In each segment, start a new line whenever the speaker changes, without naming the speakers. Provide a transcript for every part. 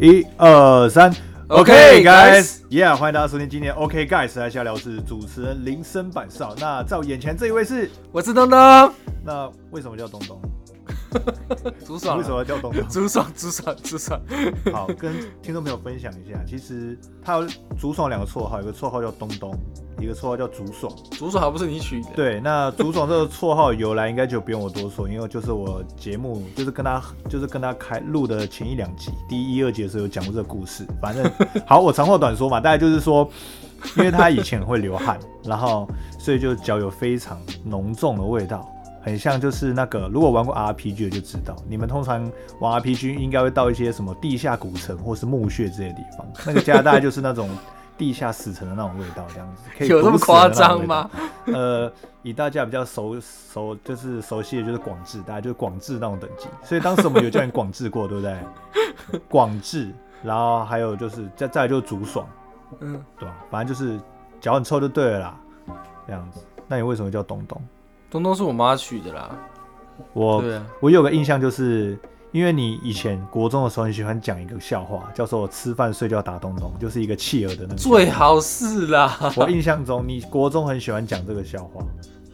一二三
OK, guys
guys，Yeah，欢迎大家收听今天 OK Guys 来下聊是主持人林森板少。那在我眼前这一位是，
我是东东，
那为什么叫东东？
竹爽
为什
啊，
么叫东 东？
竹爽，竹爽，竹爽，
好，跟听众朋友分享一下，其实他有竹爽两个绰号，有个绰号叫东东，一个绰号叫竹爽。
竹爽还不是你取的？
对，那竹爽这个绰号由来应该就不用我多说，因为就是我节目就是跟他就是跟他开录的前一两集，第一二集的时候有讲过这个故事。反正好，我长话短说嘛，大概就是说，因为他以前很会流汗，然后所以就脚有非常浓重的味道。很像就是那个，如果玩过 RPG 的就知道，你们通常玩 RPG 应该会到一些什么地下古城或是墓穴之类的地方，那个家大概就是那种地下死城的那种味道，这样子。可以
有那么
毒死人的啊
夸
那种
张
味道
吗？
呃，以大家比较熟熟就是熟悉的就是广智，大家就是广智那种等级，所以当时我们有叫你广智过，对不对？ 广智，然后还有就是再再来就是竹爽，
嗯，
对吧？反正就是脚很臭就对了啦，这样子。那你为什么叫东东？
东东是我妈取的啦。
我
对啊，
我有个印象就是。因为你以前国中的时候，你喜欢讲一个笑话，叫做“吃饭睡觉打东东”，就是一个企鹅的那个笑话。
最好是啦，
我印象中，你国中很喜欢讲这个笑话。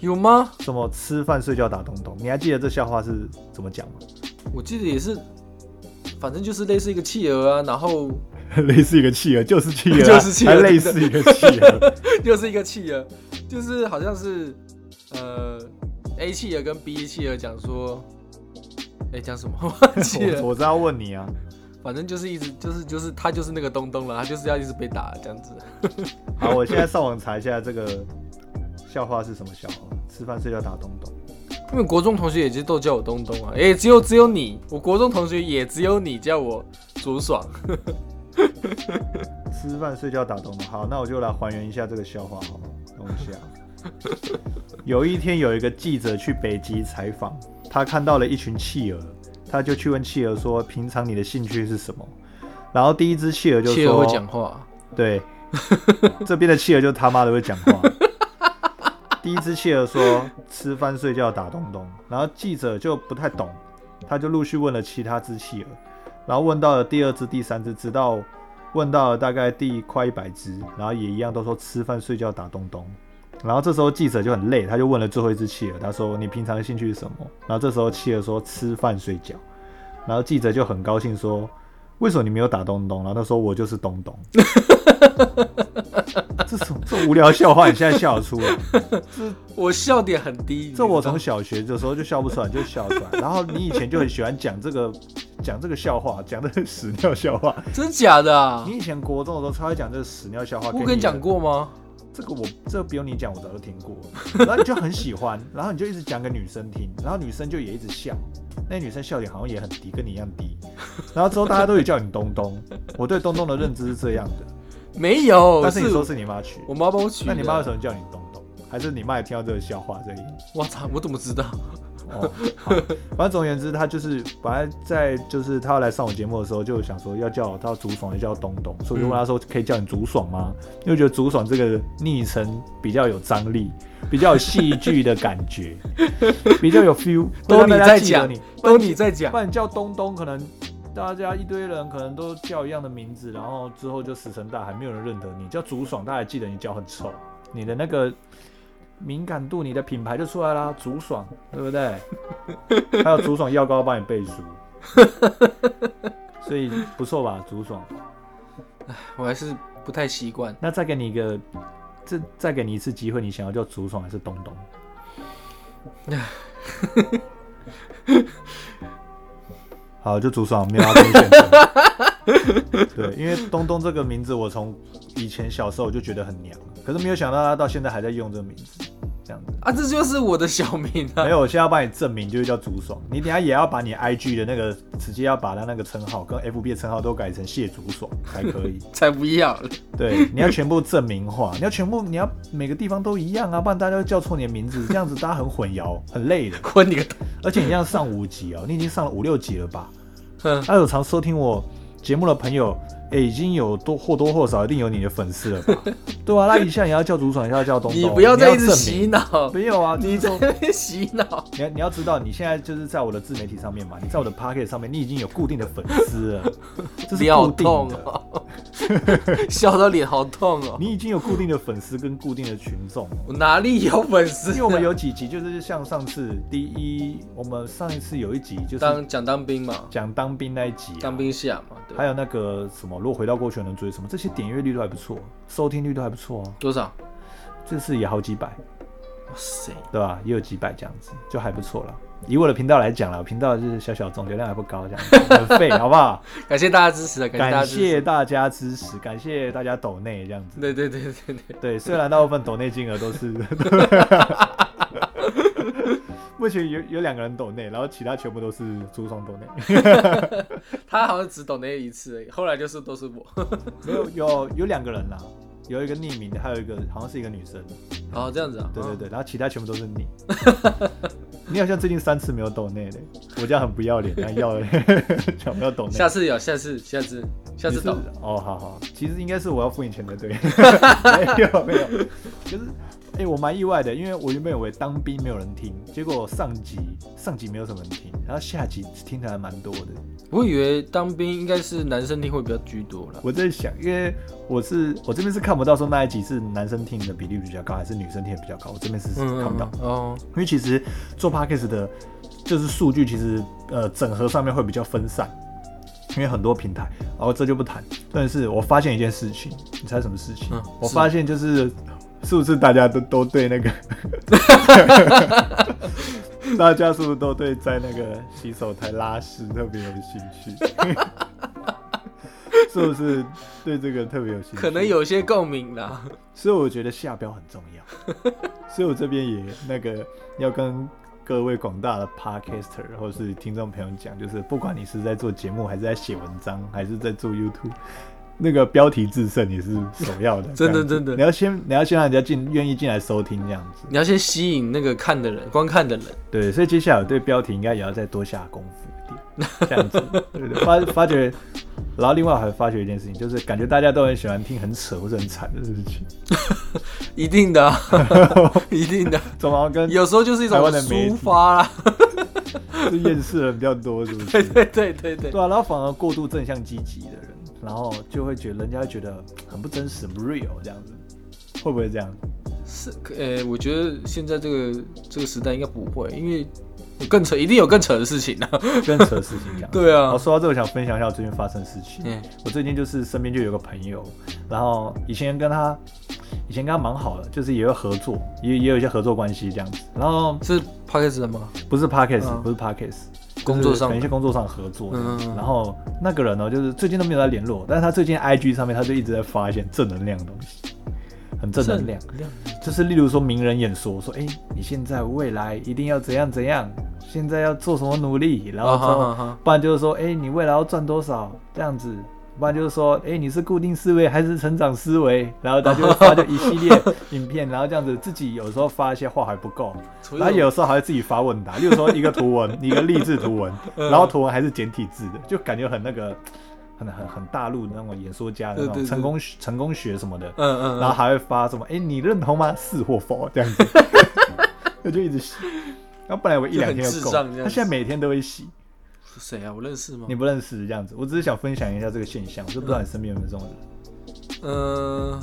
有吗？
什么吃饭睡觉打东东，你还记得这笑话是怎么讲吗？
我记得也是，反正就是类似一个企鹅啊，然后
类似一个企鹅， 就是企鹅啊，
就是企鹅
还类似一个企 鹅。
又是一个企鹅，就是好像是呃 A 企鹅跟 B 企鹅讲说，哎、讲什么 忘记
我
了，
我知道问你啊，
反正就是一直就是就是他就是那个东东了，他就是要一直被打这样子。
好，我现在上网查一下这个笑话是什么笑话，吃饭睡觉打东东。
因为国中同学也就都叫我东东啊，也、只有只有你，我国中同学也只有你叫我竹爽。
吃饭睡觉打东东。好，那我就来还原一下这个笑话好了。等我一下， 有一天有一个记者去北极采访，他看到了一群企鹅，他就去问企鹅说：“平常你的兴趣是什么？”然后第一只企鹅就
企
说：“
鹅会讲话，
对，这边的企鹅就他妈的会讲话。第一只企鹅说吃饭睡觉打东东，然后记者就不太懂，他就陆续问了其他只企鹅，然后问到了第二只、第三只，直到问到了大概第快一百只，然后也一样都说吃饭睡觉打东东。然后这时候记者就很累，他就问了最后一只企鹅，他说你平常的兴趣是什么？然后这时候企鹅说吃饭睡觉，然后记者就很高兴说为什么你没有打东东？然后他说我就是东东。这种这种无聊笑话，你现在笑得出来？
我笑点很低。
这我
你知道
从
吗
小学的时候就笑不出来，就笑出来。然后你以前就很喜欢讲这个讲这个笑话，讲这个屎尿笑话。
真假的啊
你？以前国中的时候超爱讲这个屎尿笑话。
我跟你讲，过吗？
这个我这不用你讲，我早就听过了。然后你就很喜欢，然后你就一直讲给女生听，然后女生就也一直笑。那女生笑点好像也很低，跟你一样低。然后之后大家都有叫你东东，我对东东的认知是这样的。
没有，
但是你说是你妈取，
我妈帮我取
那
的。
你妈为什么叫你东东？还是你妈也听到这个笑话所以？
我操，我怎么知道？
哦，好，反正总而言之，他就是本来在就是他要来上我节目的时候，就想说要叫他竹爽，就叫东东，所
嗯
以我就问他说可以叫你竹爽吗？因为觉得竹爽这个昵称比较有张力，比较有戏剧的感觉，比较有 feel，
都
会让
你
大家
在
记得
讲
你，
都你在讲
不，然叫东东可能。大家一堆人可能都叫一样的名字，然后之后就石沉大海，没有人认得你。叫竹爽，大家还记得你脚很臭，你的那个敏感度，你的品牌就出来啦，竹爽，对不对？还有竹爽药膏帮你背书，所以不错吧，竹爽。
我还是不太习惯。
那再给你一个，这再给你一次机会，你想要叫竹爽还是东东？好，就竹爽，没有要给你选择。对，因为东东这个名字，我从以前小时候我就觉得很娘，可是没有想到他到现在还在用这个名字，这样子。
啊，这就是我的小名啊
没！有，我现在要帮你证明，就是叫竹爽。你等一下也要把你 IG 的那个，直接要把他那个称号跟 FB 的称号都改成谢竹爽才可以。
才不要了，
对，你要全部证明化， 你要全部，你要每个地方都一样啊，不然大家会叫错你的名字，这样子大家很混淆，很累的。
滚你 个头！
而且你这样上五集哦，你已经上了五六集了吧？
哼
那、有常收听我节目的朋友，哎、已经有多或多或少一定有你的粉丝了 吧？对啊，那一下你要叫竹爽，一下叫东东，
你不要再一直
证
洗
明
脑，
没有啊，就
你
是
在
说
那边洗脑。
你要你要知道，你现在就是在我的自媒体上面嘛，你在我的 Pocket 上面，你已经有固定的粉丝了，这 是
脸
固
好
定
痛
的，
哦， 笑到脸好痛哦。
你已经有固定的粉丝跟固定的群众了。
我哪里有粉丝？
因为我们有几集就是像上次第一，我们上一次有一集就是
当讲当兵嘛，
讲当兵那一集、啊
当，兵下嘛，对吧
还有那个什么，如果回到过去能追什么，这些点阅率都还不错，收听率都还不错啊，
多少？
这次也好几百，
哇 塞，
对吧？也有几百这样子，就还不错了。以我的频道来讲啦，我频道就是小小众，流量还不高，这样子很废，好不好？
感谢大家支持啊，感谢大家
感
支持。
谢大家支持，感谢大家抖内这样子。
对对对对对，
对，虽然大部分抖内金额都 是，目前有有两个人抖内，然后其他全部都是朱双抖内。
他好像只懂那一次而已，后来就是都是 我。
没有有有两个人啦，有一个匿名的，还有一个好像是一个女生。
哦，这样子啊？
对对
嗯，
对，然后其他全部都是你。你好像最近三次没有抖内嘞，我这样很不要脸，但要 想不要抖内。
下次有，下次下次下
你
次
是
懂。
哦，好好，其实应该是我要付你钱才对， 没有没有，就是哎、我蛮意外的，因为我原本以为当兵没有人听，结果上集上集没有什么人听，然后下集听的还蛮多的。
我以为当兵应该是男生听会比较居多啦。
我在想，因为我是我这边是看不到说那一集是男生听的比例比较高，还是女生听的比较高，我这边是
嗯，
看不到，
嗯哦，
因为其实做 podcast 的，就是数据其实呃整合上面会比较分散。因为很多平台，然后这就不谈。但是我发现一件事情，你猜什么事情？
嗯
我
是
发现就是是不是大家都都对那个，大家是不是都对在那个洗手台拉屎特别有兴趣？ 是不是对这个特别有兴趣？
可能有些共鸣啦。
所以我觉得下标很重 要，所以我这边也那个要跟各位广大的 podcaster 或是听众朋友讲，就是不管你是在做节目，还是在写文章，还是在做 YouTube，那个标题制胜也是首要的。
真的
这样子
真的
你要先你要先让人家进愿意进来收听这样子。
你要先吸引那个看的人，观看的人。
对，所以接下来我对标题应该也要再多下功夫一点，这样子。 对对发发觉，然后另外我还发觉一件事情，就是感觉大家都很喜欢听很扯或者很惨的事情，
一 定的啊、一定的。
总好像跟
有时候就是一种
台湾的媒体
抒发啦。
是厌世的人比较多，是不
对
是？
对对对对，
对啊，然后反而过度正向积极的人，然后就会觉得人家会觉得很不真实、很不 real 这样子，会不会这样？
是，呃、我觉得现在这个这个时代应该不会，因为有更扯，一定有更扯的事情 啊。
跟扯事情 讲。
对啊
我，说到这，我想分享一下我最近发生的事情。
嗯
我最近就是身边就有个朋友，然后以前跟他，以前跟他蛮好的，就是也有合作，也也有一些合作关系这样子。然后
是 p o c k e t 的吗？
不是 podcast，、
嗯
不是 podcast，
工作上
等一
的
些工作上合作的。
嗯嗯嗯
然后那个人呢，就是最近都没有在联络，但是他最近 IG 上面他就一直在发一些正能量的东西，很正能量，就是例如说名人演说，说哎、诶你现在未来一定要怎样怎样，现在要做什么努力，然后之后，
啊哈哈哈
不然就是说哎、诶你未来要赚多少这样子。不然就是说，哎、你是固定思维还是成长思维？然后他就会发就一系列影片，然后这样子自己有时候发一些话还不 够，
除
然后
了
有时候还会自己发问答，例如说一个图文，一个励志图 文，然后图文还是简体字的，就感觉很那个，很很很大陆的那种演说家的那
对
种
对对
成功学成功学什么的，
嗯嗯，
然后
嗯
还会发什么，哎，你认同吗？ 是或否这 样子，我就一直洗。然后本来我一两天
就很
够
智障这样子
他现在每天都会洗，
谁啊？我认识吗
你？不认识这样子。我只是想分享一下这个现象，我就不知道你身边有没有这种人。
嗯、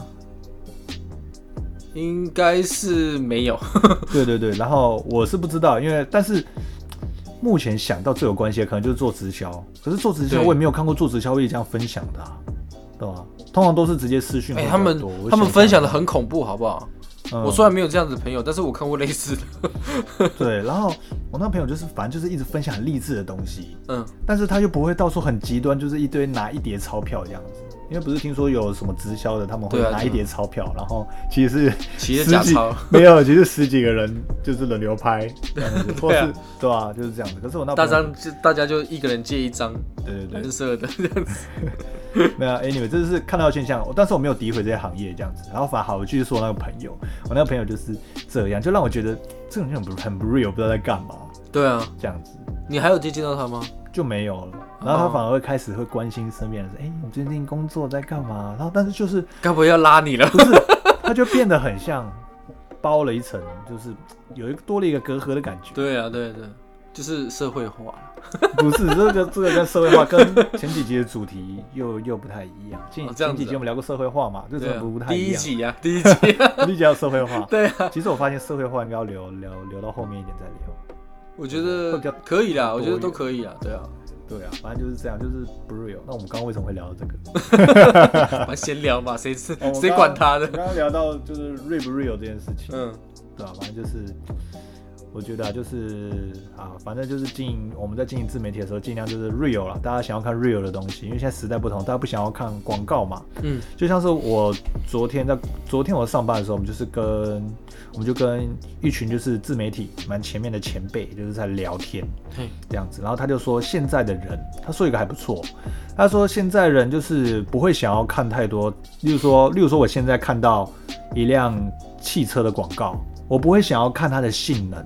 应该是 没有。
对对对，然后我是不知道，因为但是目前想到最有关系的可能就是做直销，可是做直销
对
我也没有看过做直销会这样分享的、啊，对吧？通常都是直接私讯
哎、
会比较
他们
多、我
他们
想
分享的很恐怖，好不好？
嗯
我虽然没有这样子的朋友，但是我看过类似的。
对，然后我那朋友就是反正就是一直分享很励志的东西，
嗯，
但是他又不会到处很极端，就是一堆拿一叠钞票这样子。因为不是听说有什么直销的，他们会
对啊
拿
对
一
啊
叠钞票，然后其实是
其实
十
假
几
钞，
没有，其实十几个人就是轮流拍，这样子，或
对啊
是对啊，就是这样子。可是我那
大
朋友
张就大家就一个人借一张
对对
蓝
对，
色的这样子。
没有啊 anyway，这是看到的现象，但是我没有诋毁这些行业这样子。然后反而好，我继续说我那个朋友，我那个朋友就是这样，就让我觉得这种人很不很不 real，不知道在干嘛
对啊，
这样子。
你还有接见到他吗？
就没有了。然后他反而会开始会关心身边人说：“哎、你最近工作在干嘛？”然后但是就是
该不会要 拉你了？
不是，他就变得很像包了一层，就是有一个多了一个隔阂的感觉。
对啊，对对，就是社会化了。
不是这个这个跟社会化跟前几集的主题又又不太一样。前
哦这样
前
子
几集我们聊过社会化嘛，这真
对
的
啊
不，太
第
一
一
样。
集啊，第一集、 啊，，
第一集叫社会化
对啊，
其实我发现社会化应该要留留留到后面一点再聊。
我觉
会
得
比较
可以啦，
多
我觉得都
元
可以 啦，对啊，
对啊，反正就是这样，就是不 real。那我们刚刚为什么会聊到这个？
反正闲聊吧，谁知
哦我
谁
刚
管他 的？
刚刚聊到就是 real 不 real 这件事情，
嗯，
对啊，反正就是我觉得啊，就是啊，反正就是经营我们在经营自媒体的时候，尽量就是 real 啦，大家想要看 real 的东西，因为现在时代不同，大家不想要看广告嘛。
嗯，
就像是我昨天在昨天我上班的时候，我们就是跟我们就跟一群就是自媒体蛮前面的前辈，就是在聊天
嘿，
这样子，然后他就说现在的人，他说一个还不错，他说现在人就是不会想要看太多，例如说例如说我现在看到一辆汽车的广告。我不会想要看它的性能，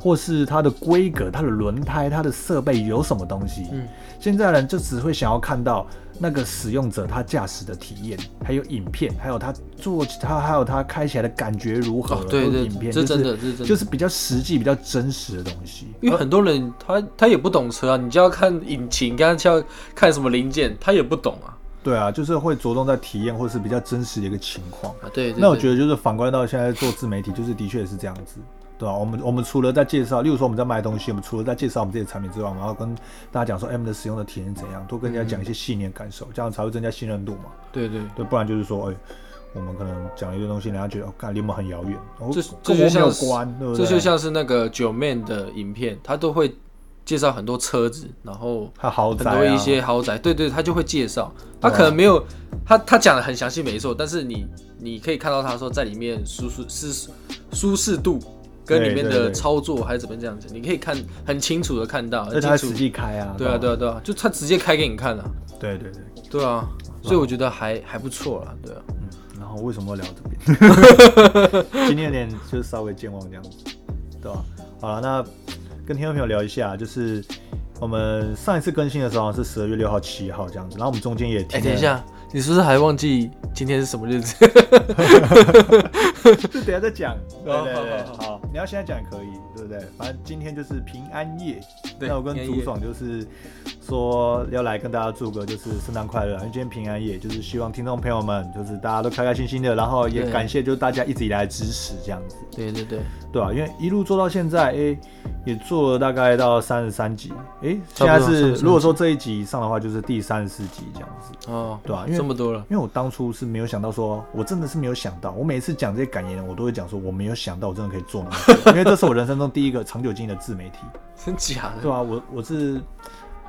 或是它的规格、它的轮胎、它的设备有什么东西。
嗯，
现在人就只会想要看到那个使用者他驾驶的体验，还有影片，还有他坐他还有他开起来的感觉如何，
哦，对
都是
对
影片
这
就是
真的，这是真的，
就是比较实际、比较真实的东西。
因为很多人他他也不懂车啊，你就要看引擎，刚刚要看什么零件，他也不懂啊。
对啊，就是会着重在体验或是比较真实的一个情况。
啊，对对
那我
得
觉得就是反观到现在做自媒体，就是的确是这样子，对吧、我们我们除了在介绍，例如说我们在卖东西，我们除了在介绍我们自己的产品之外，我们要跟大家讲说 M 的使用的体验是怎样，多跟人家讲一些细腻的感受，这样才会增加信任度嘛。
对对，
对，不然就是说，哎、我们可能讲一堆东西，人家觉得哦，干离我们很遥远，哦
这
跟
这
我
就
没
像
有
是
关，对不对？
这就像是那个九妹的影片，他都会介绍很多车子，然后
他豪
很
宅、啊、
多一些豪宅，对对，他就会介绍。他
对啊
可能没有他他讲的很详细没错，但是你你可以看到他说在里面舒适舒舒适度跟
对
里面
对
的
对
操作还是怎么这样子，你可以看很清楚的看到，
而
很
且他
清
实
楚。
际开啊，
对啊对
啊，
啊对啊，就他直接开给你看了、啊。
对对对，
对啊，所以我觉得还还不错啦，对啊，
嗯，然后为什么要聊这边？ 今天有点就是稍微健忘这样子，对吧、好了，那跟听众朋友聊一下，就是我们上一次更新的时候好像是十二月六号、七号这样子，然后我们中间也
哎、
停，
等 一，下，你是不是还忘记今天是什么日子？
就等一下再讲，对对对，
哦好好
好，你要现在讲也可以，对不对？反正今天就是平安夜，
对
那我跟
平安
朱
夜
爽就是说要来跟大家祝个就是圣诞快乐，因为今天平安夜，就是希望听众朋友们就是大家都开开心心的，然后也
对
感谢就是大家一直以来的支持这样子，
对对对，
对啊吧、因为一路做到现在，哎、也做了大概到三十三集，哎、
差
现
不多
在是
33集
如果说这一集上的话，就是第三十四集这样子。
哦，
对啊因为
这么多了，
因为我当初是没有想到说，我真的是没有想到，我每次讲这些感言，我都会讲说我没有想到我真的可以做那么 久，因为这是我人生中第一个长久经营的自媒体，
真假的？
对啊吧、我我是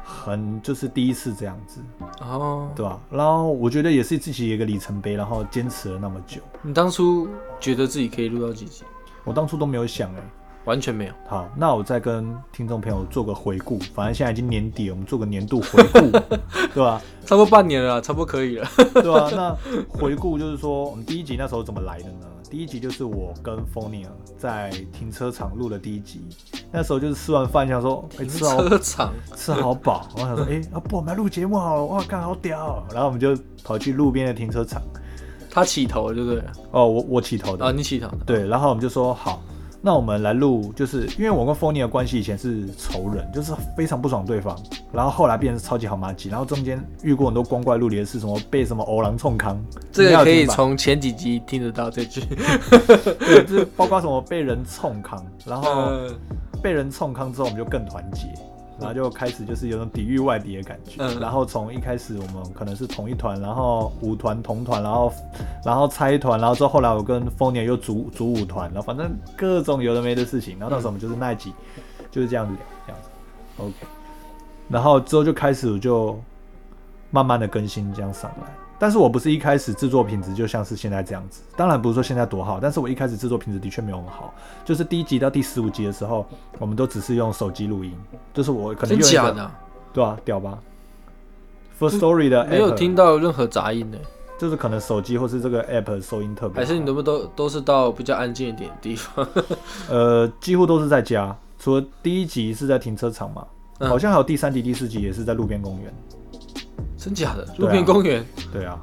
很就是第一次这样子，
哦，
对吧、然后我觉得也是自己一个里程碑，然后坚持了那么久，
你当初觉得自己可以录到几集？
我当初都没有想哎、
完全没有。
好，那我再跟听众朋友做个回顾，反正现在已经年底了，我们做个年度回 顾，对吧、
差不多半年了啦，啊差不多可以 了。
对啊，那回顾就是说，我们第一集那时候怎么来的呢？第一集就是我跟 f o n i a 在停车场录的第一集，那时候就是吃完饭想说，哎、吃好
车场，
吃好饱，然后想说，哎、啊不，我们来录节目好了，哇，看好屌哦、然后我们就跑去路边的停车场，
他起头就对了。
哦，我我起头的，
啊，你起头的。
对，然后我们就说好，那我们来录，就是因为我跟 f o n i 的关系以前是仇人，就是非常不爽对方，然后后来变成超级好妈鸡，然后中间遇过很多光怪陆离的事，什么被什么欧郎冲康，
这
你要
个可以
听吧
从前几集听得到这句。
对，就是包括什么被人冲康，然后
嗯
被人冲康之后，我们就更团结，然后就开始就是有种抵御外敌的感觉。
嗯
然后从一开始我们可能是同一团，然后舞团、同团，然后然后拆团，然后之后后来我跟丰年又组组舞团，然后反正各种有的没的事情。然后到时候我们就是那一集就是这样子聊，这样子，OK。然后之后就开始我就慢慢的更新这样上来。但是我不是一开始制作品质就像是现在这样子，当然不是说现在多好，但是我一开始制作品质的确没有很好。就是第一集到第十五集的时候，我们都只是用手机录音，就是我可能
真
用一个
假的啊？
对啊，屌吧？First Story 的 app,
没有听到任何杂音呢？
就是可能手机或是这个 app 收音特别好，
还是你们都都是到比较安静一点的地方？
呃几乎都是在家，除了第一集是在停车场嘛，
嗯
好像还有第三集、第四集也是在路边公园。
真假的？
对
路
啊
边公园，
对啊，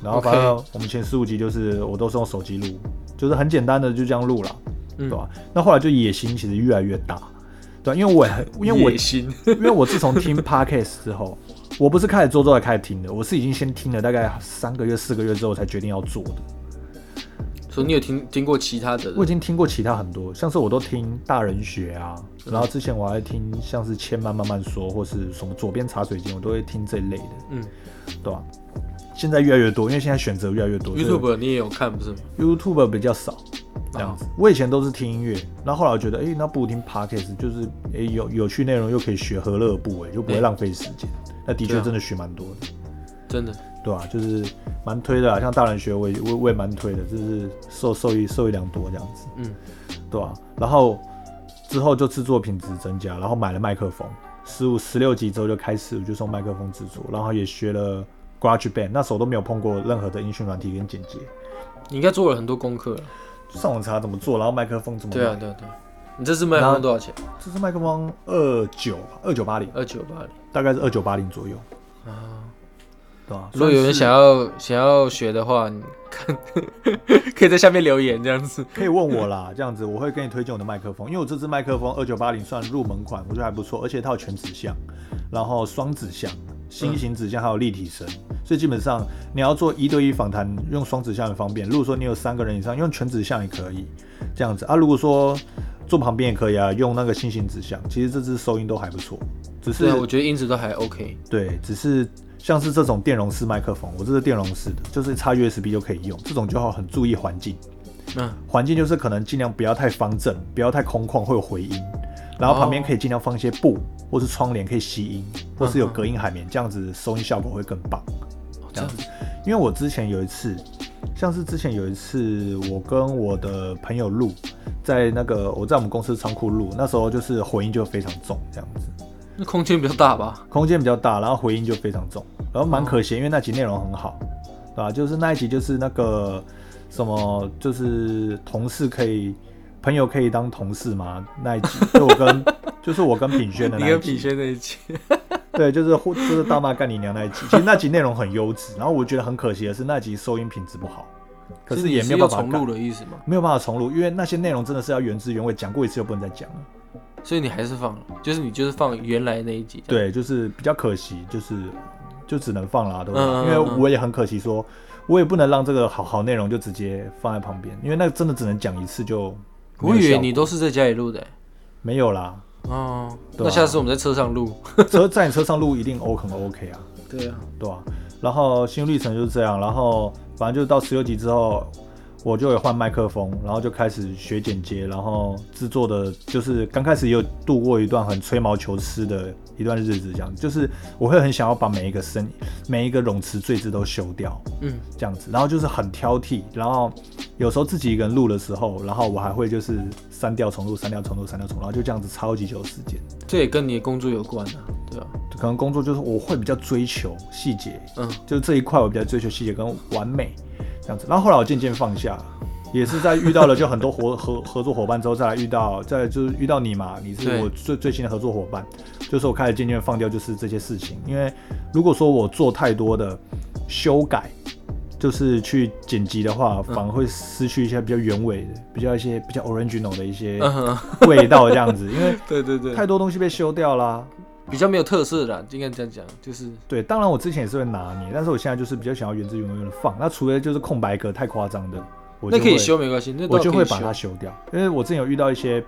然后
OK
反正我们前十五集就是我都是用手机录，就是很简单的就这样录了，
嗯
对吧、那后来就野心其实越来越大，对、啊，因为我也 很因为我
野心
因为我自从听 podcast 之后，我不是开始做之后才开始听的，我是已经先听了大概三个月、四个月之后才决定要做的。
所以你有听听过其他的
我已经听过其他很多，像是我都听大人学啊，
嗯
然后之前我还听像是千慢慢慢说或是什么左边茶水间，我都会听这一类的，
嗯
对吧、现在越来越多，因为现在选择越来越多。所以
，YouTube 你也有看不是吗？
YouTube 比较少
哦
这样子。我以前都是听音乐，然后后来我觉得，哎、那不如听 Podcast，就是哎、诶有有趣内容又可以学何乐而不为，就不会
对
浪费时间。那的
对
确
啊
真的学蛮多的，
真的，
对吧、就是蛮推的啦，啊像大人学我也我我也蛮推的，就是受受益受益良多这样子，
嗯，
对吧、然后之后就制作品质增加，然后买了麦克风，十五十六集之后就开始我就送麦克风制作，然后也学了 GarageBand，那时候都没有碰过任何的音讯软体跟剪辑。
你应该做了很多功课了。
嗯上网查怎么做，然后麦克风怎么
对
买
啊，对啊，对啊。你这次麦克风多少钱？
这是麦克风二九二九八零，
二九八零
大概是二九八零左右，
啊。
对吧？
如果有人想
要，
要想要学的话，你看 可以在下面留言这样子。
可以问我啦，这 样子我会给你推荐我的麦克风，因为我这支麦克风二九八零算入门款，我觉得还不错，而且它有全指向，然后双指向、新型指向还有立体声，所以基本上你要做一对一访谈，用双指向很方便。如果说你有三个人以上，用全指向也可以，这样子啊。如果说坐旁边也可以啊，用那个新型指向，其实这支收音都还不错，只是
对啊，我觉得音质都还 OK。
对，只是像是这种电容式麦克风，我这是电容式的，就是插 USB 就可以用。这种就要很注意环境，
嗯，
环境就是可能尽量不要太方正，不要太空旷，会有回音。然后旁边可以尽量放一些布或是窗帘可以吸音，或是有隔音海绵，这样子收音效果会更棒。
哦这样子。
因为我之前有一次，像是之前有一次，我跟我的朋友录，在那个我在我们公司仓库录，那时候就是回音就非常重，这样子。
那空间比较大吧？
空间比较大，然后回音就非常重，然后蛮可惜，因为那集内容很好，对吧？就是那一集就是那个什么，就是同事可以，朋友可以当同事嘛那一集，就我跟就是我跟品轩的
你
那一
跟品
集，
轩那一集，
对，就是互就是大骂干你娘那一集，其实那集内容很优质，然后我觉得很可惜的是那集收音品质不好，可
所
是
以你
也
是
没有
要
办法
重
改。
录的意思嘛？
没有办法重录，因为那些内容真的是要原汁原味，讲过一次就不能再讲了。
所以你还是放了，就是你就是放原来那一集。，
对，就是比较可惜，就是就只能放啦，对吧？
嗯嗯嗯
因为我也很可惜说，我也不能让这个好好内容就直接放在旁边，因为那真的只能讲一次就没有效果。
我以为你都是在家里录的欸。
没有啦，
哦，
对啊
那下次我们在车上录。
车在你车上录一定 O 很 OK 啊，
对啊，
对吧、然后心路历程就是这样，然后反正就是到十六集之后。我就有换麦克风，然后就开始学剪接，然后制作的，就是刚开始也有度过一段很吹毛求疵的一段日子，这样，就是我会很想要把每一个声、每一个冗词赘字都修掉，
嗯，
这样子，然后就是很挑剔，然后有时候自己一个人录的时候，然后我还会就是删掉重录、删掉重录、删掉重录，然后就这样子超级久的时间。
这也跟你的工作有关啊。对啊，
可能工作就是我会比较追求细节，
嗯，
就是这一块我比较追求细节跟完美这样子。然后后来我渐渐放下，也是在遇到了就很多合合合作伙伴 之后，再来遇到，再来就是遇到你嘛，你是
对
我最最新的合作伙伴，就是我开始渐渐放掉就是这些事情，因为如果说我做太多的修改。就是去剪辑的话，
嗯
反而会失去一些比较原味的、比较一些比较 original 的一些
嗯 哼，
味道，这样子。因为
对对对，
太多东西被修掉啦，
比较没有特色啦，应该这样讲，就是
对，当然我之前也是会拿捏，但是我现在就是比较想要原汁原味的放。那除了就是空白格太夸张的，我就
那可以
会，
修没关系，那
我
倒
就
可
会
以
把它
修。
修掉。因为我之前有遇到一些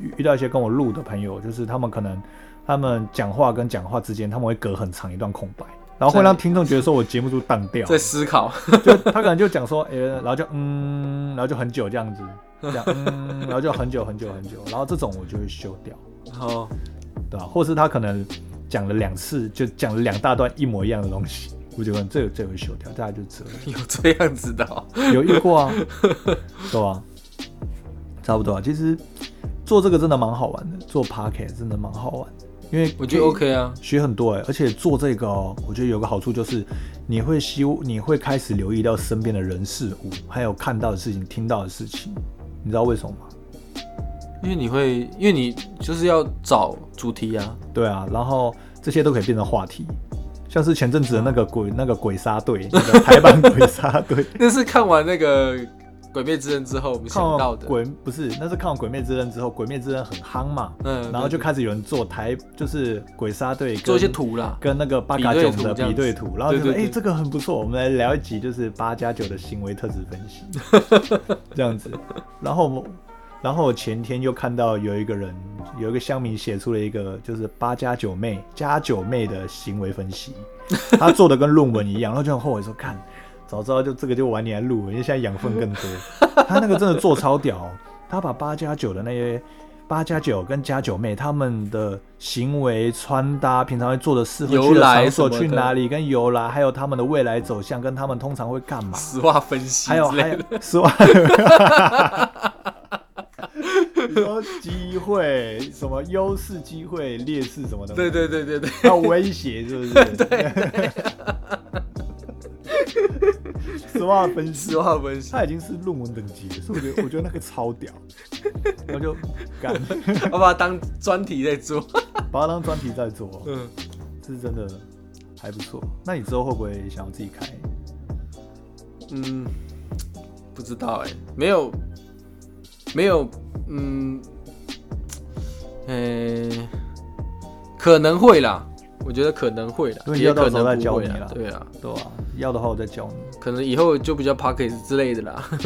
遇遇到一些跟我录的朋友，就是他们可能他们讲话跟讲话之间，他们会隔很长一段空白，然后会让听众觉得说我节目组挡 掉，
在思考，
就他可能就讲说，哎、然后就嗯，然后就很久这样子，这样嗯，然后就很久很久很久，然后这种我就会修掉。
好，
对吧、或是他可能讲了两次，就讲了两大段一模一样的东西，我觉得这这会修掉，大概就这样。
有这样子的哦、
有遇过 啊，对吧、差不多啊。其实做这个真的蛮好玩的，做 p a c k e t 真的蛮好玩的，因为
我觉得 OK 啊，
学很多哎、而且做这个哦，我觉得有个好处就是你会希你会开始留意到身边的人事物，还有看到的事情、听到的事情，你知道为什么吗？
因为你会，因为你就是要找主题啊，
对啊，然后这些都可以变成话题，像是前阵子的那个鬼那个鬼杀队，那个台版鬼杀队，
那是看完那个《鬼灭之刃》之后我们
看
想到
完
的。
鬼不是，那是看完《鬼灭之刃》之后，《鬼灭之刃》很夯嘛，
嗯，
然后就
对
开始有人做台就是鬼杀队跟
做一些图啦。
跟那个八加九的比
比对
对
图
图，然后就
对
说
对
哎、
对
诶这个很不错，我们来聊一集就是八加九的行为特质分析，这样子。然后我，然后我前天又看到有一个人，有一个乡民写出了一个就是八加九妹加九妹的行为分析， 他做的跟论文一样，然后就很后悔说看。早知道就这个就晚点来录，因为现在养分 更多。他那个真的做超屌哦、他把八加九的那些八加九跟加九妹他们的行为、穿搭、平常会做的事、会去
由
的
来
场所、
什么的
去哪里、跟由来，还有他们的未来走向，跟他们通常会干 嘛，
实话分析
还有
之
还
类
有
的，
是吧？ 你说机会什么优势、机会、劣势什么的，
对对对对 对，
还有威胁，是不是？ 对。实话分析
实，话分析。
他已经是论文等级了，所以我觉得我觉得那个超屌，然后就干，
我把它当专题在做。
把它当专题在做，
嗯，
是真的还不错。那你之后会不会想要自己开？
嗯，不知道哎、没有，没有，嗯，呃、可能会啦，我觉得可能会啦，
对
也
要到
可
时候
能
再
不
教
会
你
啦
啦，
对啊，
对啊，要的话我再教你，
可能以后就比较 pockets 之类的啦，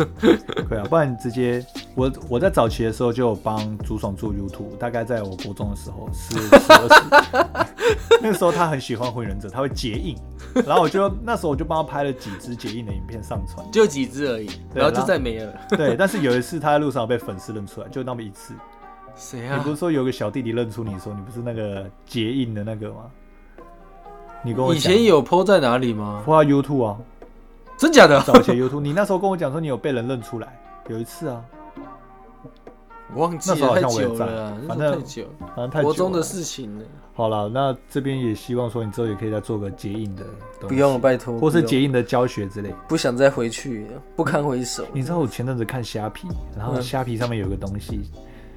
可以啊，不然你直接我我在早期的时候就有帮朱爽做 YouTube，大概在我国中的时候，十十二 十，那时候他很喜欢火影忍者，他会结印，然后我就那时候我就帮他拍了几支结印的影片上传，
就几只而已，
对啊
然后就
然后
再没了。
对，但是有一次他在路上被粉丝认出来，就那么一次。
谁
你
啊
不？是说有个小弟弟认出你说你不是那个结印的那个吗？你跟我
以前
有
有 PO 在哪里吗？
花 YouTube 啊，
真假的？
早前 YouTube，你那时候跟我讲说你有被人认出来，有一次啊，
我忘记
那时候好
了，太
像我也
久
在
了啦，那
反
时候
正
太久了，
反正太久了
国中的。事情了。
好了，那这边也希望说你之后也可以再做个结印的东西，
不用了，拜托，
或是
不用
结印的教学之类。
不想再回去了，不堪回首。
你知道我前阵子看虾皮，然后
嗯
虾皮上面有个东西，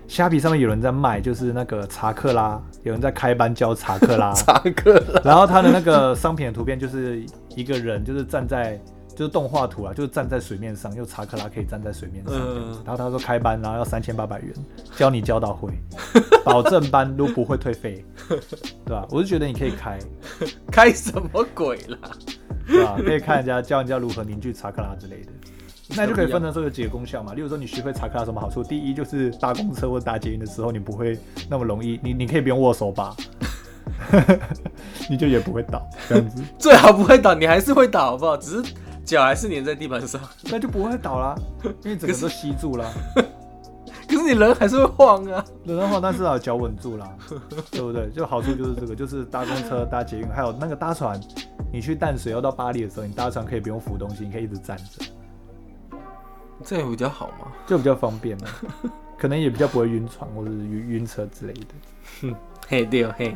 虾皮上面有人在卖，就是那个查克拉，有人在开班教查克 拉，
查克拉，
然后他的那个商品的图片就是一个人，就是站在就是动画图啊，就是站在水面上，用查克拉可以站在水面上这样子
嗯。
然后他说开班，然后要三千八百元，教你教到 会，保证班都不会退费，对吧？我就觉得你可以开，
开什么鬼啦？
对吧？ 可以看人家教人家如何凝聚查克拉之类的。那就可以分成这个几个功效嘛，例如说你学会查克拉有什么好处？第一就是搭公车或搭捷运的时候，你不会那么容易，你你可以不用握手把， 你就也不会倒这样子。
最好不会倒，你还是会倒，好不好？只是脚还是粘在地板上，
那就不会倒啦，因为整个都吸住啦。
可是你人还是会晃啊。
然后但是啊，脚稳住啦， 对不对？就好处就是这个，就是搭公车、搭捷运，还有那个搭船。你去淡水要到巴黎的时候，你搭船可以不用扶东西，你可以一直站着，
这样比较好吗？
就比较方便 嘛。可能也比较不会晕船或者是晕晕车之类的。
嘿，对哦，嘿，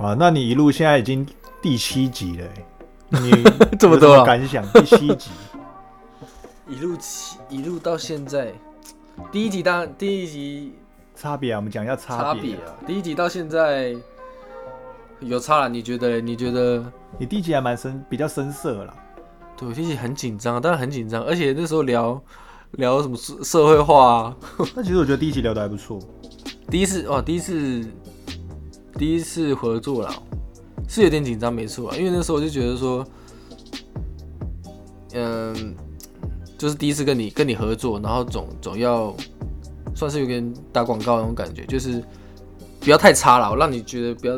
啊，那你一路现在已经第七集了、欸， 你
这么多
有
啊
什感想？第七 集，
一路起，一路到现在，第一集当然第一集
差别啊，我们讲一下
差
差别
别。啊，第一集到现在有差了，你觉得嘞？你觉得？
你第一集还蛮深，比较深色啦。
对，第一集很紧张，当然很紧张，而且那时候聊聊什么社社会化啊，
但其实我觉得第一集聊得还不错，
第一次哦，第一次第一次合作啦，是有点紧张，没错啊，因为那时候我就觉得说，嗯，就是第一次跟你跟你合作，然后总总要算是有点打广告那种感觉，就是不要太差了，我让你觉得不要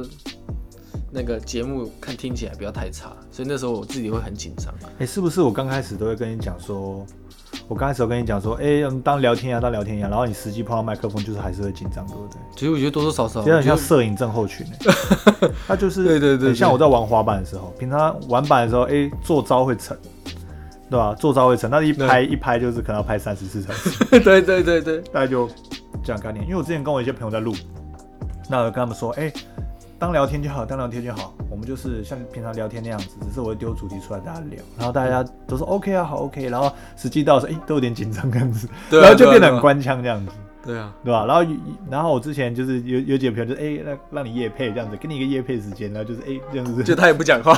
那个节目看听起来不要太差，所以那时候我自己会很紧张。
哎、是不是我刚开始都会跟你讲说，我刚开始有跟你讲说，哎、我们当聊天呀、当聊天呀、啊然后你实际碰到麦克风，就是还是会紧张，对不对？
其实我觉得多多少少，
其实很像
我觉
摄影症候群、欸， 他就是
对对对
很像
对
我在玩滑板的时候，平常玩板的时候，哎、做招会沉，对吧？做招会沉，但是一拍一拍就是可能要拍三十四小时，
得 对对对对，
大概就这样概念。因为我之前跟我一些朋友在录，那我就跟他们说，哎、当聊天就好，当聊天就好，我们就是像平常聊天那样子，只是我会丢主题出来大家聊，然后大家都说 OK 啊，好 OK，然后实际到的时候，哎、都有点紧张这样子，
对啊
然后就
对啊
变得
对
很
啊
官腔这样子。
对啊，
对吧？然后然后我之前就是有有几个朋友就哎、让让你夜配这样子，给你一个夜配时间，然后就是哎、这样子，
就他也不讲话，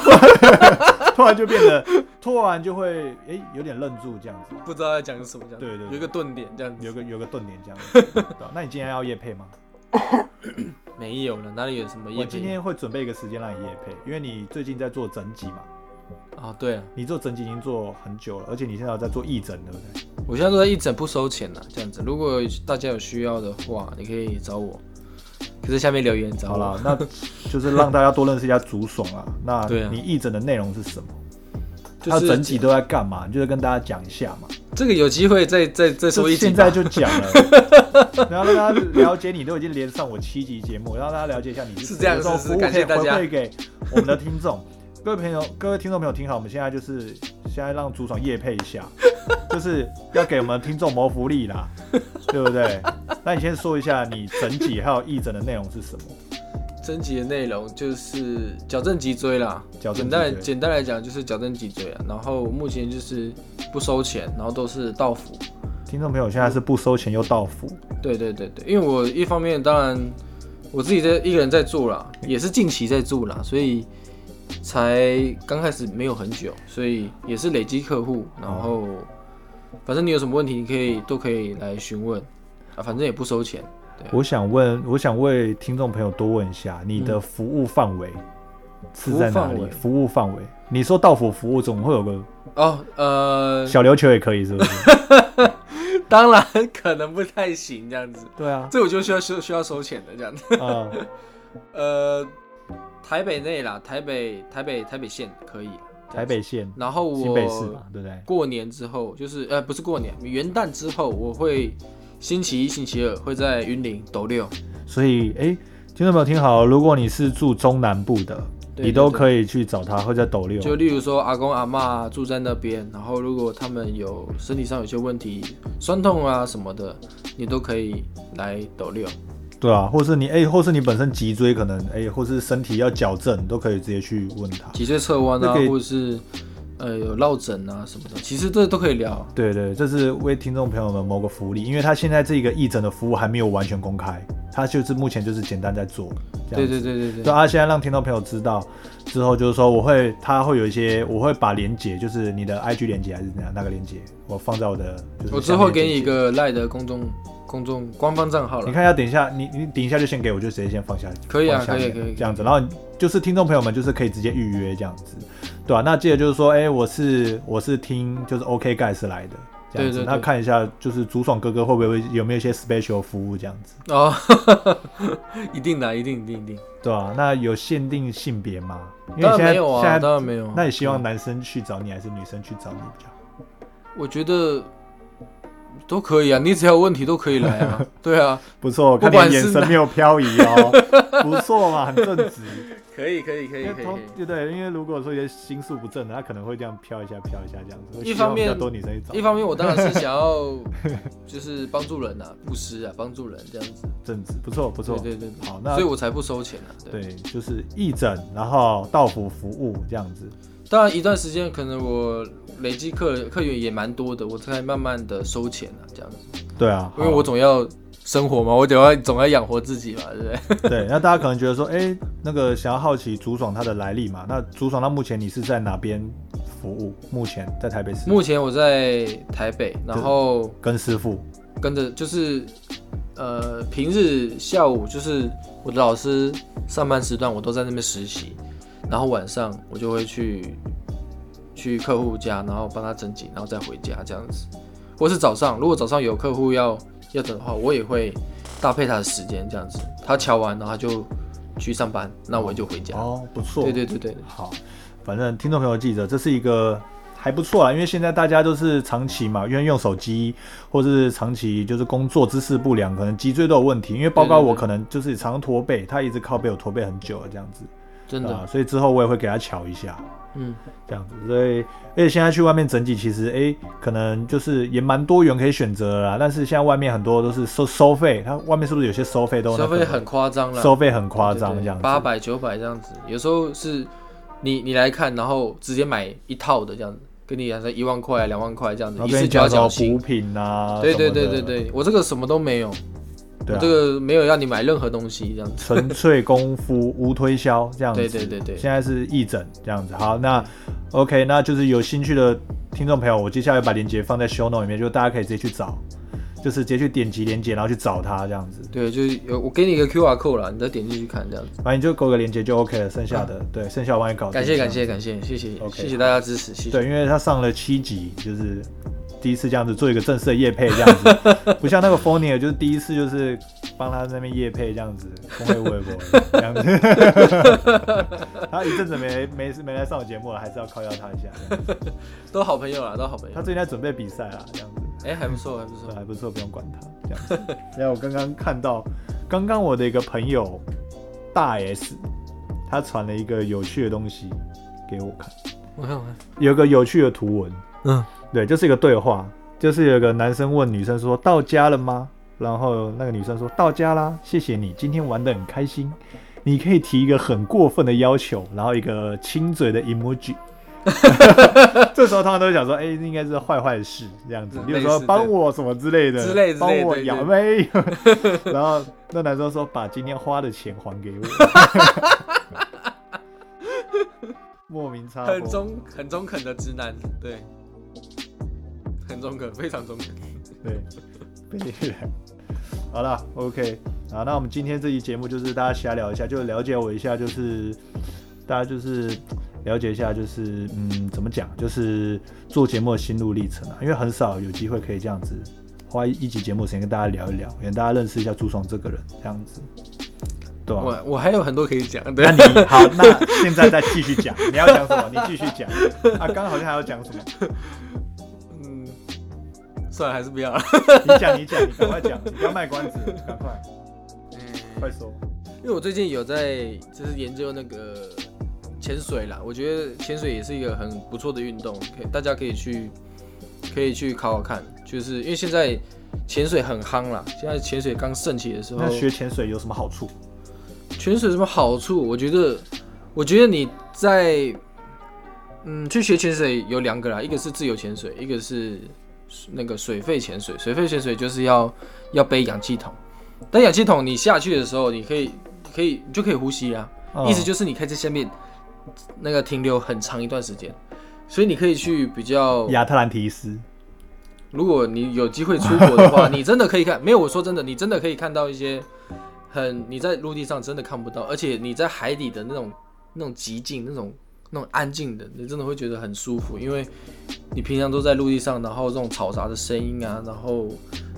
突然就变得突然就会哎、有点愣住这样子，
不知道在讲什么，这样
对对对
有一个顿点这样子，
有个有个顿点这样 子。对吧那你今天要夜配吗？
没有了，哪里有什么
我
夜
今
配？
天会准备一个时间让你夜配，因为你最近在做整集嘛，
哦，对啊，
你做整集已经做很久了，而且你现在有在做义诊，对不对？
我现在都在一整不收钱呢，这样子，如果大家有需要的话，你可以找我，可是下面留言找
好
我。
了，那就是让大家多认识一下竹爽啊。那
对啊
你义诊的内容是什么？
就
还
是
有整集都在干嘛？你就是跟大家讲一下嘛。
这个有机会再再再说一集吧。
现在就讲 了，然后让大家了解你都已经连上我七集节目，让大家了解一下你
是这样
说
是
服
是
务
感
可以
谢大
回
家
馈给我们的听众。各位朋友，各位听众朋友，听好，我们现在就是现在让朱爽夜配一 下，就是要给我们听众谋福利啦，对不对？那你先说一下你整体还有义诊的内容是什么？
整集的内容就是矫正脊椎啦，
矫正脊
简单
椎
来简单来讲就是矫正脊椎啊。然后目前就是不收钱，然后都是到付。
听众朋友现在是不收钱又到付，
对对对对，因为我一方面当然我自己在一个人在做啦，也是近期在做啦，所以才刚开始没有很久，所以也是累积客户。然后反正你有什么问题，你可以都可以来询问啊，反正也不收钱。
我想问，我想为听众朋友多问一下，你的服务范围是在哪
嗯服务范
里
围？
服务范围，你说到府服务总会有个
哦，呃，
小琉球也可以，是不 是？
当然 可能不太行这样子。
对 啊，
这我就需要需需要收钱的这样子。
啊，
呃，台北内啦，台北台北台北县可以。
台北县、
然后
新北市
我
嘛，对不对？
过年之后，就是呃不是过年，元旦之后我会星期一、星期二会在云林斗六。
所以，哎，听众朋友听好，如果你是住中南部的，
对
你都可以去找他，或者斗六。
就例如说阿公阿嬷住在那边，然后如果他们有身体上有些问题，酸痛啊什么的，你都可以来斗六。
对啊，或是你哎，或是你本身脊椎可能哎，或是身体要矫正，都可以直接去问他。
脊椎侧弯啊，
那可以
或者是呃有落枕啊什么的，其实这都可以聊。
对对，这是为听众朋友们谋个福利，因为他现在这个义诊的服务还没有完全公开，他就是目前就是简单在做。这样
对
子
对对对对
对。啊，现在让听众朋友知道之后，就是说我会，他会有一些，我会把连接，就是你的 IG 连接还是哪哪个连接，我放在我的，就是
我
下
之
面
后
的
给
简
你一
介，
个赖的公众公众官方账号
你
了。
看一下，等一下，你你顶一下就先给我，就直接先放下，
可以啊
放下
可以
面
可以可以
这样子，然后你就是听众朋友们就是可以直接预约这样子，对吧、那记得就是说，哎、我是我是听就是 OK 盖斯来的。这样子
对对对
那看一下就是竹爽哥哥会不会有没有一些 special 服务这样子，
哦， 一定的，一定一定一定。
对吧、那有限定性别吗？因为
当
现在
然没有啊，
现在
当然没有啊。
那你希望男生去找你还是女生去找你比较好？
我觉得都可以啊，你只要有问题都可以来 啊。对啊，
不错，我看
不管
你眼
是
神
哪
没有漂移 哦，不错嘛，很正直。
可以可以可
因为哎通对对，因为如果说有些心术不正的，他可能会这样飘一下飘一下这样子。会
一
希望
方面
比较多女生去找
一方面我当然是想要就是帮助人 啊，布施啊，帮助人这样子。
正直，不错不错
对。对对，对
好，那
所以我才不收钱啊。对，
对就是义诊，然后到府服务这样子。
当然一段时间可能我累积客客源也蛮多的，我才慢慢的收钱啊，这样子。
对啊，
因为哎我总要生活嘛，我总要总要养活自己嘛，对不对？
好对，那大家可能觉得说，哎，那个想要好奇竹爽他的来历嘛？那竹爽他目前你是在哪边服务？目前在台北市
目前我在台北，然后
跟师傅
跟着就是呃平日下午就是我的老师上班时段我都在那边实习，然后晚上我就会去去客户家，然后帮他整景，然后再回家这样子，或是早上如果早上有客户要要等的话，我也会搭配他的时间这样子，他瞧完然后他就去上班，那我就回家。
哦，不错，
对对对对，
好，反正听众朋友记着，这是一个还不错啦，因为现在大家都是长期嘛，因为用手机或是长期就是工作姿势不良，可能脊椎都有问题。因为包括
对对对
我可能就是常驼背，他一直靠背，我驼背很久了这样子
真的，
啊，所以之后我也会给他瞧一下。
嗯。
这样子，所以而且现在去外面整体其实哎、诶可能就是也蛮多元可以选择的啦。但是现在外面很多都是收收费，它外面是不是有些收费都那
消
个
费很夸张了，
收费很夸张这样子？
八百九百这样子，有时候是你你来看，然后直接买一套的这样子，跟你讲说一万块、两万块这样子
然，后
一
跟
次
你
就要
讲什么
缴清
补。品啊，
对对
什么
对
的
对对，我这个什么都没有，
对啊
这个没有要你买任何东西这样子。
纯粹功夫 无推销这样子。
对对对对
现在是义诊这样子。好，那 OK，那就是有兴趣的听众朋友，我接下来把链接放在 show note 里面，就大家可以直接去找，就是直接去点击链接，然后去找他这样子。
对，就是有我给你一个 QR code 啦，你再点进去看这样子。
反正你就勾个链接就 OK 了，剩下的、对，剩下我帮你搞定。
嗯感谢感谢感谢，谢谢
OK
谢谢大家支持，谢谢。
对，因为他上了七集，就是第一次这样子做一个正式的夜配这样子，不像那个 f o n i e 就是第一次就是帮他在那边夜配这样子，公会微博这样子。他一阵子没没没来上我节目了，还是要靠邀他一下。
都好朋友啦，都好朋友
他。最近在准备比赛啦，啊这样子。
哎、还不错还不错
还不错，不用管他这样子。然后我刚刚看到，刚刚我的一个朋友大 S，他传了一个有趣的东西给我看，
我看我看，
有一个有趣的图文，
嗯，
对，就是一个对话，就是有一个男生问女生说到家了吗？然后那个女生说到家啦，谢谢你，今天玩得很开心。你可以提一个很过分的要求，然后一个亲嘴的 emoji。这时候他们都会想说，哎、应该是坏坏事这样子，比如
嗯类
说
似
帮我什么之类的，
之类之
帮
类
我
对
养
对
妹。 然后那男生说，把今天花的钱还给 我。 莫名插播
很中很中肯的直男，对，很中肯，非常中肯。
对，被虐。好了，OK，啊，那我们今天这期节目就是大家瞎聊一下，就了解我一下，就是大家就是了解一下，就是嗯，怎么讲，就是做节目的心路历程啊，因为很少有机会可以这样子花一一集节目时间跟大家聊一聊，也让大家认识一下朱爽这个人，这样子，对吧、
我我还有很多可以讲，对
那，你好，那现在再继续讲，你要讲什么？你继续讲啊！刚刚好像还要讲什么？
嗯，算了，还是不要了。
你讲，你讲，你赶快讲，你不要卖关子，赶快，
嗯
快说。
因为我最近有在就是研究那个潜水啦，我觉得潜水也是一个很不错的运动，可以大家可以去可以去考考看，就是因为现在潜水很夯啦，现在潜水刚盛起的时候
那，学潜水有什么好处？
潜水有什么好处？我觉得，我觉得你在嗯去学潜水有两个啦，一个是自由潜水，一个是那个水肺潜水。水肺潜水就是要要背氧气筒，但氧气筒你下去的时候，你可以可以你就可以呼吸啊，
哦
意思就是你可以在下面那个停留很长一段时间，所以你可以去比较
亚特兰提斯，
如果你有机会出国的话，你真的可以看。没有，我说真的，你真的可以看到一些很你在陆地上真的看不到，而且你在海底的那种那种极静、那种那种安静的，你真的会觉得很舒服，因为你平常都在陆地上，然后这种嘈杂的声音啊，然后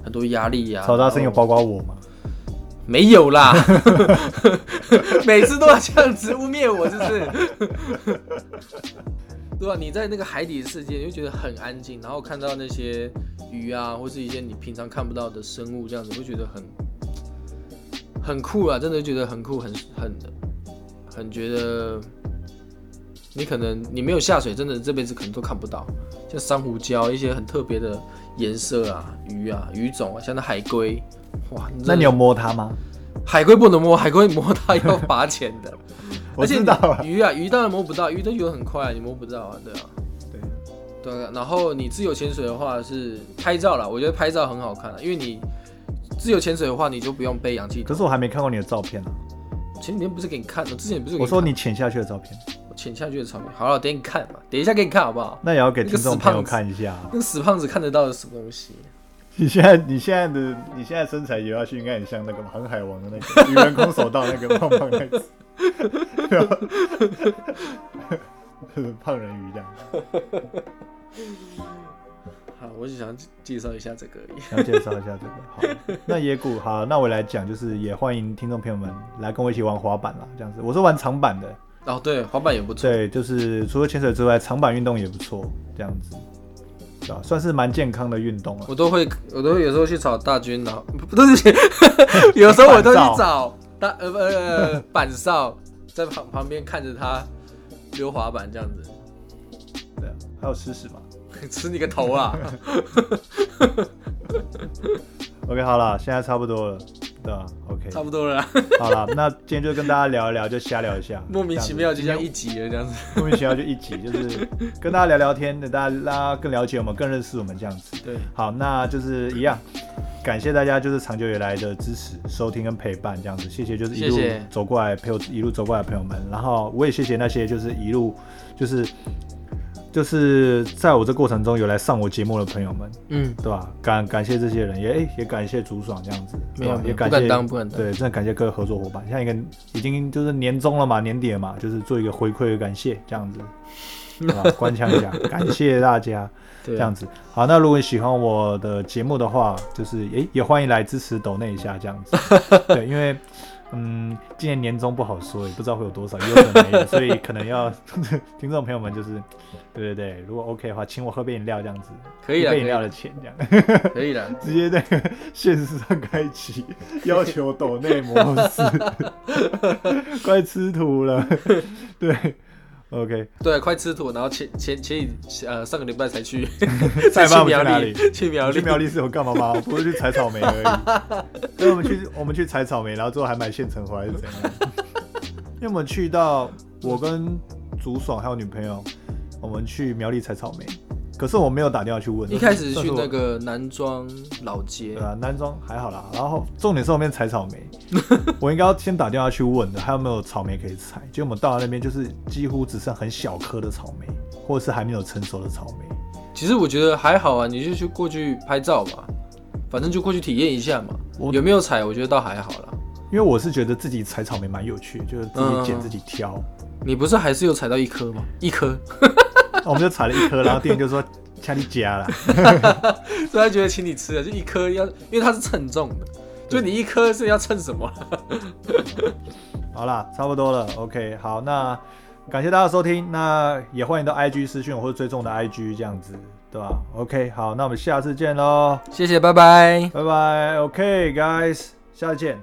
很多压力啊，
曹大生有
然后
包括我吗？
没有啦， 每次都要这样子污蔑我，是不是？ 对吧、啊你在那个海底世界，你会觉得很安静，然后看到那些鱼啊，或是一些你平常看不到的生物，这样子会觉得很很酷啊，真的觉得很酷，很很很觉得。你可能你没有下水，真的这辈子可能都看不到，像珊瑚礁一些很特别的颜色啊、鱼啊、鱼种啊，像那海龟，哇！真的
那你有摸它吗？
海龟不能摸，海龟摸它要罚钱的。
我知道
而且
啊。
你鱼啊，鱼当然摸不到，鱼都游很快、你摸不到啊，对啊，
对，
对啊。然后你自由潜水的话是拍照啦，我觉得拍照很好看啊，因为你自由潜水的话，你就不用背氧气筒。
可是我还没看过你的照片啊。
前几天不是给你看的，之前不是给
我
你看
说你潜下去的照片，
我潜下去的场面，好了，等你看吧，等一下给你看好不好？
那也要给听
那个
众
死
朋友
胖子
看一下啊。
那个死胖子看得到的什么东西？
你现在你现在的你现在身材游下去，应该很像那个航海王的那个愚人空手道那个 胖胖那个，然后 胖人鱼这样。
好，我只想介绍一下这个而已。
要介绍一下这 个。好，那野谷好，那我来讲，就是也欢迎听众朋友们来跟我一起玩滑板啦，这样子。我是玩长板的，
哦，对，滑板也不错。
对，就是除了潜水之外，长板运动也不错，这样子，对吧、算是蛮健康的运动了。啊
我都会，我都会有时候去找大军，然后不不是， 有时候我都去找大呃呃板少，在旁旁边看着他溜滑板这样子，
对啊，还有吃屎嘛。
吃你个头啊！
OK，好了，现在差不多了，对吧、o k
差不多了啊啦，
好了，那今天就跟大家聊一聊，就瞎聊一下，
莫名其妙就
这
这
样
样
子
一集了这样子。
莫名其妙就一集，就是跟大家聊聊天，让大家大家更了解我们，更认识我们这样子。
对，
好，那就是一样。感谢大家就是长久以来的支持、收听跟陪伴，这样子，谢谢就是一路
谢谢
走过来陪我一路走过来的朋友们，然后我也谢谢那些就是一路就是就是在我这过程中有来上我节目的朋友们，
嗯，
对吧？感感谢这些人，也、哎也感谢竹爽这样子，
没有
对吧
没有
也感
不敢
谢
当不敢当
对，真的感谢各位合作伙伴，像一个已经就是年终了嘛，年底了嘛，就是做一个回馈的感谢这样子，对吧？官腔一下，感谢大家。
对
这
啊，
样子。好，那如果你喜欢我的节目的话，就是诶、也欢迎来支持抖内一下这样 子。对，因为嗯，今年年终不好说，也不知道会有多少，也有可能没有，所以可能要 听众朋友们就是，对对对，如果 OK 的话，请我喝杯饮料这样子，
可以
一
了，
杯饮
可以
料
了，
的钱这样，
可以了，
直接那个现实上开启要求抖内模 式， 快吃土了，对，OK。
对，啊快吃土，然后前前前几呃上个礼拜才 去，
再
才
不然
去
我们去哪
苗
里
栗，去苗
我去
栗，
苗栗是有干嘛 吗？我不是去采草莓而已。所以我们去我们去采草莓，然后最后还买现成回来是怎样？因为我们去到我跟竹爽还有女朋友，我们去苗栗采草莓，可是我没有打电话去问。
一开始
算
去
是我
那个南庄老街
对，啊，男装还好啦。然后重点是后面采草莓，我应该要先打电话去问的，还有没有草莓可以采。结果我们到了那边就是几乎只剩很小颗的草莓，或者是还没有成熟的草莓。
其实我觉得还好啊，你就去过去拍照嘛，反正就过去体验一下嘛
我。
有没有踩，我觉得倒还好啦。
因为我是觉得自己采草莓蛮有趣的，就是自
嗯
己捡自己挑。
你不是还是有踩到一颗吗？一颗，
我们就采了一颗，然后店员就说 掐你家啦，
所以他觉得请你吃的啊就一颗要，因为它是称重的，就你一颗是要称什么？
好啦，差不多了，OK，好，那感谢大家的收听，那也欢迎到 IG 私讯我或者追踪我的 IG 这样子，对吧？OK，好，那我们下次见喽，
谢谢，拜拜。
拜拜，OK，guys，、下次见。